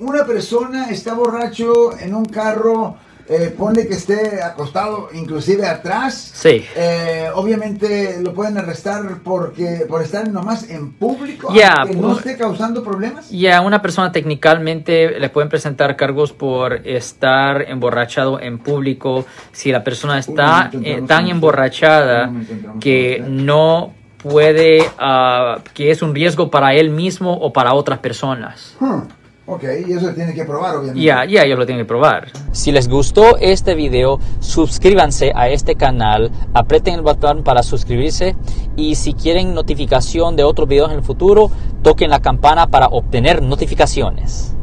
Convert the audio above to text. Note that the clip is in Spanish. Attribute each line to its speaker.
Speaker 1: una persona está borracho en un carro, eh, ponle que esté acostado, inclusive atrás.
Speaker 2: Sí.
Speaker 1: eh, obviamente lo pueden arrestar porque por estar nomás en público,
Speaker 2: Ya,
Speaker 1: aunque no
Speaker 2: pues-
Speaker 1: esté causando problemas.
Speaker 2: Y a una persona técnicamente le pueden presentar cargos por estar emborrachado en público si la persona está
Speaker 1: momento,
Speaker 2: eh,
Speaker 1: entramos
Speaker 2: tan
Speaker 1: con-
Speaker 2: emborrachada
Speaker 1: un momento, entramos
Speaker 2: que
Speaker 1: con usted.
Speaker 2: no puede, ah, que es un riesgo para él mismo o para otras personas.
Speaker 1: Hmm, Ok, y eso se tiene que probar, obviamente.
Speaker 2: Ya, ya ellos lo tienen que probar.
Speaker 3: Si les gustó este video, suscríbanse a este canal, aprieten el botón para suscribirse y si quieren notificación de otros videos en el futuro, toquen la campana para obtener notificaciones.